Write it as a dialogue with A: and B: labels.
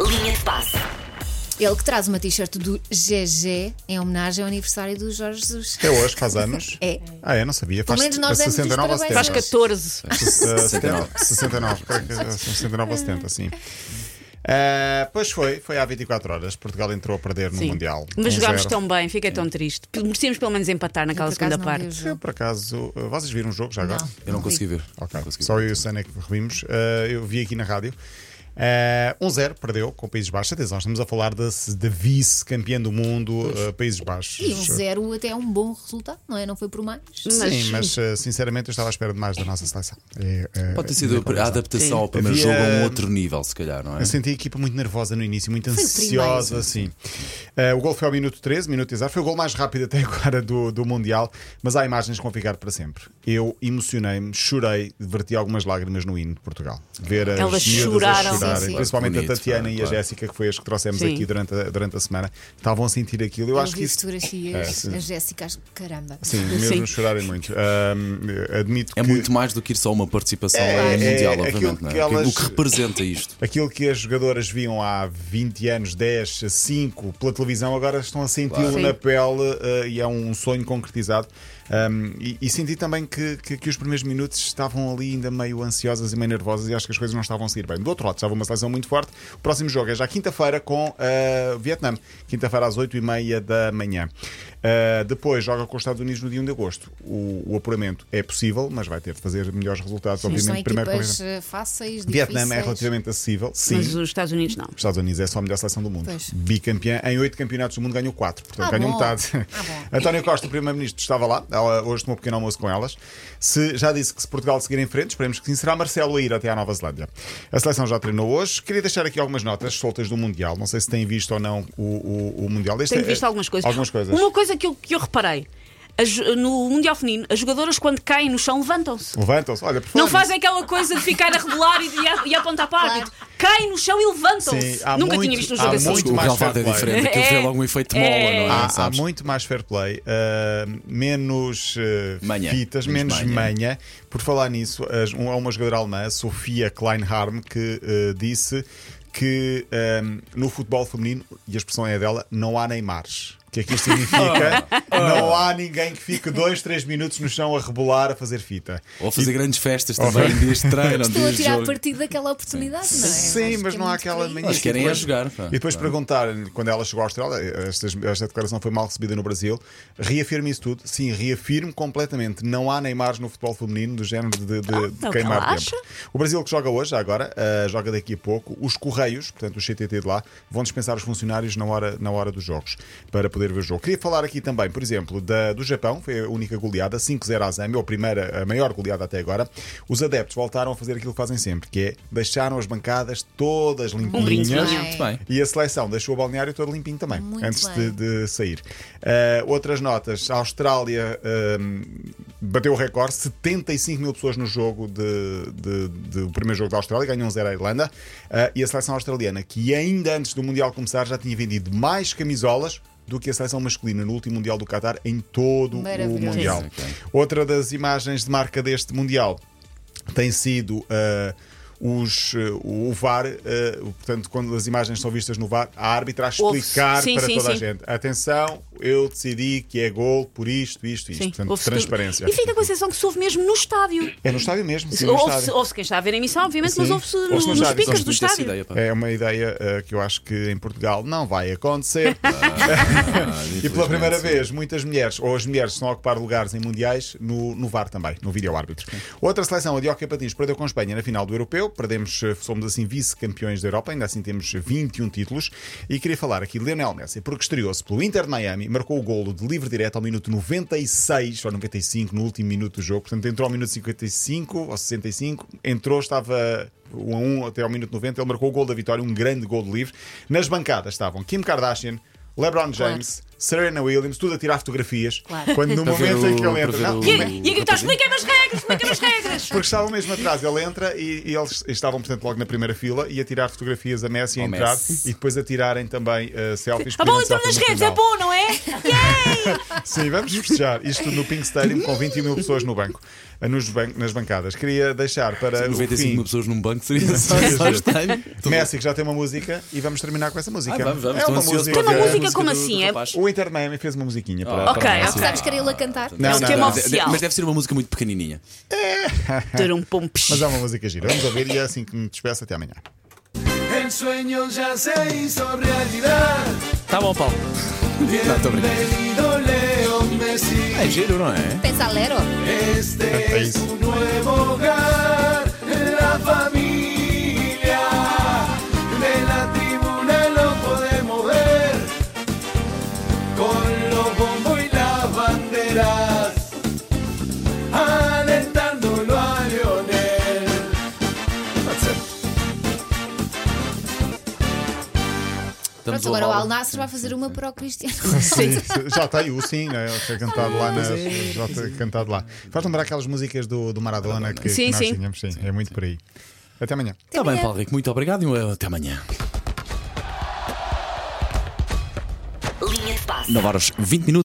A: Linha de passe.
B: Ele que traz uma t-shirt do GG em homenagem ao aniversário do Jorge Jesus.
C: Até hoje, faz anos.
B: É.
C: Ah, é? Não sabia. Faz
B: menos nós demos-lhes
C: 69 ou
B: parabéns.
D: Faz
C: 70.
D: 14.
B: é
C: Se- 69. 69, creio que é 69 ou 70, sim. Ah, pois foi, foi há 24 horas. Portugal entrou a perder no
D: Sim.
C: Mundial.
D: Mas
C: 1-0.
D: jogámos tão bem, fiquei tão triste. Merecíamos pelo menos empatar
B: Eu,
D: naquela
B: por acaso,
D: segunda
B: não vi o
D: parte.
B: jogo.
C: Eu, por acaso, ah, vocês viram o jogo já agora?
B: Não.
E: Eu não consegui ver.
C: Ok,
E: Não consegui
C: só
E: ver.
C: eu e o Sana que revimos. Ah, eu vi aqui na rádio. Ah, 1-0, perdeu com Países Baixos. Atenção, estamos a falar da, da vice-campeã do mundo, ah, Países Baixos.
B: E um zero até é um bom resultado, não é? Não foi por mais.
C: Sim, mas ah, sinceramente eu estava à espera de mais da nossa seleção. É, ah,
E: Pode ter sido a adaptação
D: Sim.
E: ao primeiro
C: Havia-
E: jogo a um outro nível, se calhar, não é?
C: Eu senti a equipa muito nervosa no início, muito
B: o
C: ansiosa, assim. Eh, o gol foi ao minuto 13, minuto exato. Foi o gol mais rápido até agora do, do Mundial, mas há imagens que vão ficar para sempre. Eu emocionei-me, chorei, verti algumas lágrimas no hino de Portugal. Ver as
D: Elas
C: miúdas
D: choraram.
C: a chorarem,
B: Sim, sim.
C: principalmente
E: Bonito,
C: a Tatiana
E: claro,
C: e a
E: claro.
C: Jéssica, que foi as que trouxemos
D: Sim.
C: aqui durante a, durante a semana, estavam a sentir aquilo. Eu,
B: Eu
C: acho
B: vi
C: que isso. É,
B: fotografias,
C: sim.
B: a Jéssica, acho que caramba.
C: Sim, mesmo
D: Sim.
C: chorarem muito. Ahm, admito
E: É
C: que.
E: muito mais do que ir só uma participação
C: É,
E: ao
C: é,
E: mundial,
C: é aquilo
E: obviamente, não
C: que
E: é?
C: elas-
E: O que representa isto?
C: Aquilo que as jogadoras viam há 20 anos, 10, 5 pela televisão, agora estão a senti-lo
D: Claro.
C: na
D: Sim.
C: pele eh, e é um sonho concretizado. Um, e, e senti também que, que, que os primeiros minutos estavam ali ainda meio ansiosas e meio nervosas e acho que as coisas não estavam a seguir bem. Do outro lado, estava uma seleção muito forte. O próximo jogo é já quinta-feira com eh, Vietnã. Quinta-feira às 8h30 da manhã. Eh, depois joga com os Estados Unidos no dia 1 de agosto. O, o apuramento é possível, mas vai ter de fazer melhores resultados,
B: Mas são
C: obviamente. Primeiro com o
B: equipas
C: Vietnã.
B: eh, fáceis,
C: Vietnã é
B: difíceis.
C: relativamente acessível, sim.
D: Mas os Estados Unidos não.
C: Os Estados Unidos é só a melhor seleção do mundo.
B: Pois.
C: Bicampeã. Em oito campeonatos do mundo ganhou quatro. Portanto,
B: Ah,
C: ganhou
B: bom.
C: metade.
B: Ah, bom.
C: António Costa, o primeiro-ministro, estava lá. Ela Hoje tomou um pequeno almoço com elas. Se, já disse que se Portugal seguir em frente, esperemos que sim, será Marcelo a ir até à Nova Zelândia. A seleção já treinou hoje. Queria deixar aqui algumas notas soltas do Mundial. Não sei se têm visto ou não o, o- o Mundial. Este
D: Tenho
C: é-
D: visto algumas coisas.
C: Algumas coisas.
D: Uma coisa que eu, que eu reparei. as- no Mundial Feminino, as jogadoras quando caem no chão levantam-se.
C: Levantam-se. Olha, por
D: Não
C: falar
D: fazem aquela coisa de ficar a rebolar e, e a, e a apontar para o árbitro. Caem no chão e levantam-se.
C: Sim, há
D: Nunca
C: muito-
D: tinha visto um
C: há
D: jogo assim.
E: Sabes que o
C: mais
E: relvado
C: fair
E: é
C: play.
E: diferente, aquilo
D: É.
E: tem logo um efeito mola,
D: É.
E: não é?
C: Há, há
E: Sabes?
C: muito mais fair play, uh, menos uh,
E: Manha.
C: fitas, menos
E: Menos
C: manha.
E: manha.
C: Por falar nisso, as- um- há uma jogadora alemã, Sofia Kleinharm, que uh, disse que um, no futebol feminino, e a expressão é dela, não há Neymars. O que é que isto significa?
E: Oh.
C: não há ninguém que fique dois, três minutos no chão a rebolar, a fazer fita.
E: Ou fazer grandes festas também, dias de treino,
B: Estou a
E: dias de
B: tirar
E: jogo.
B: partido daquela oportunidade, não é? Acho
C: Sim,
B: que
C: mas
B: é
C: não há
B: muito
C: aquela
B: por aí.
C: manhã.
E: Elas querem
C: E
E: é
C: depois-
E: jogar, pá.
C: E depois perguntaram, quando ela chegou à Austrália, esta, esta declaração foi mal recebida no Brasil, reafirma isso tudo? Sim, reafirmo completamente. Não há Neymars no futebol feminino do género de, de- de
B: Ah,
D: então
C: queimar
D: ela
C: tempo.
D: acha?
C: O Brasil é que joga hoje, já agora, ah, joga daqui a pouco. Os Correios, portanto, o CTT de lá, vão dispensar os funcionários na hora, na hora dos jogos para poder ver o jogo. Queria falar aqui também, por exemplo, da- do Japão, foi a única goleada, 5-0 à Zâmbia, ou a primeira, a maior goleada até agora. Os adeptos voltaram a fazer aquilo que fazem sempre, que é deixaram as bancadas todas
E: Um
C: limpinhas.
D: brinquinho.
E: Muito bem.
C: E a seleção deixou o balneário todo limpinho também,
B: Muito
C: antes de,
B: bem.
C: de sair. Ah, outras notas: a Austrália ahm, bateu o recorde, 75 mil pessoas no jogo de, de- de- do primeiro jogo da Austrália, ganhou um zero à Irlanda. Ah, e a seleção australiana, que ainda antes do Mundial começar, já tinha vendido mais camisolas. Do que a seleção masculina no último Mundial do Qatar em todo o
B: Maravilhoso.
C: Mundial.
E: Sim, ok.
C: Outra das imagens de marca deste Mundial tem sido ah, os, ah, o VAR, ah, portanto, quando as imagens são vistas no VAR, a árbitra a
D: Ouve-se.
C: explicar
D: Sim,
C: para
D: sim,
C: toda a
D: sim.
C: gente: atenção, eu decidi que é gol por isto, isto, isto.
D: Sim,
C: portanto,
D: ouve-se tudo.
C: transparência.
D: E fica com a sensação que se ouve mesmo no estádio.
C: É no estádio mesmo, sim, no
D: Ouve-se
C: estádio.
D: ouve-se quem está a ver a emissão, obviamente,
C: Sim.
D: mas ouve-se
C: Ouve-se
D: no-
C: no
D: nos
C: estádio.
D: picas
E: Gosto
D: do
E: muito dessa
D: estádio.
E: ideia, pá.
C: É uma ideia ah, que eu acho que em Portugal não vai acontecer.
E: Ah,
C: e pela primeira
E: infelizmente, sim.
C: vez, muitas mulheres, ou as mulheres, estão a ocupar lugares em mundiais no, no VAR também, no vídeo árbitro. Outra seleção, a de Hockey Patins, perdeu com a Espanha na final do Europeu. Perdemos, eh, somos assim vice-campeões da Europa, ainda assim temos 21 títulos. E queria falar aqui de Lionel Messi, porque estreou-se pelo Inter de Miami, marcou o golo de livre direto ao minuto 96 ou 95, no último minuto do jogo. Portanto, entrou ao minuto 55 ou 65, entrou, estava 1 a 1 até ao minuto 90. um Ele marcou o gol da vitória, um grande gol de livre. Nas bancadas estavam Kim Kardashian. LeBron James, Serena Williams, tudo a tirar fotografias.
B: Claro.
C: Quando no
E: Para ver
C: momento em que
E: o-
C: ele entra.
E: para ver
C: Não,
E: o-
D: E, a- e a gritar: explica-me as regras, explica-me as regras.
C: porque estavam mesmo atrás, ele entra e, e eles estavam, portanto, logo na primeira fila e a tirar fotografias a Messi a
E: Ao
C: entrar
E: Messi.
C: e depois a tirarem também eh, selfies.
D: A bola
C: pedindo
D: entrou nas
C: selfies no
D: redes, é
C: final.
D: bom, não é?
C: Sim, vamos festejar isto no Pink Stadium com 21 mil pessoas no banco, eh, nos ban- nas bancadas. Queria deixar para o
E: 95 mil
C: fim.
E: pessoas num banco seria só
C: Sim, sim.
E: estranho.
C: Messi que já tem uma música e vamos terminar com essa música.
E: Ah, vamos, vamos,
C: é
E: estou
C: uma
E: ansioso
C: música.
E: para
D: Tem uma
E: ver a
D: música como
E: do- do
D: assim, é-
E: rapaz.
C: O Inter Miami fez uma musiquinha para.
E: Ok,
C: para-
D: ok.
E: Sim.
B: Sabes que era ele a cantar?
C: Não,
D: É um
C: não,
D: tema
C: não.
E: De-
D: oficial.
E: Mas deve ser uma música muito pequenininha.
D: Ter um pompis.
C: Mas é uma música gira. Vamos ouvir e é assim que me despeço até amanhã.
A: El sueño ya se hizo realidad.
E: Tá bom, Paulo. Não, estou a brincar.
A: Bienvenido Leo Messi.
E: É giro, não é?
B: Pensa Lero.
A: Este
C: É
A: es
C: isso.
A: tu nuevo hogar. La familia de la tribuna lo podemos ver con los bombos y las banderas. Alentándolo a Lionel.
E: Estamos
B: Pronto, agora o Al Nasser vai fazer uma para o Cristiano.
C: Sim, já tem o sim, né? Ele foi cantado lá na. Já foi cantado lá. Faz lembrar aquelas músicas do, do Maradona que, que
D: Sim,
C: nós
D: sim.
C: tínhamos, sim. é muito por aí. Até amanhã.
E: Está bem, Paulo Rico, muito obrigado e uh, até amanhã.
F: Linha de passe.
E: 9 horas 20 minutos.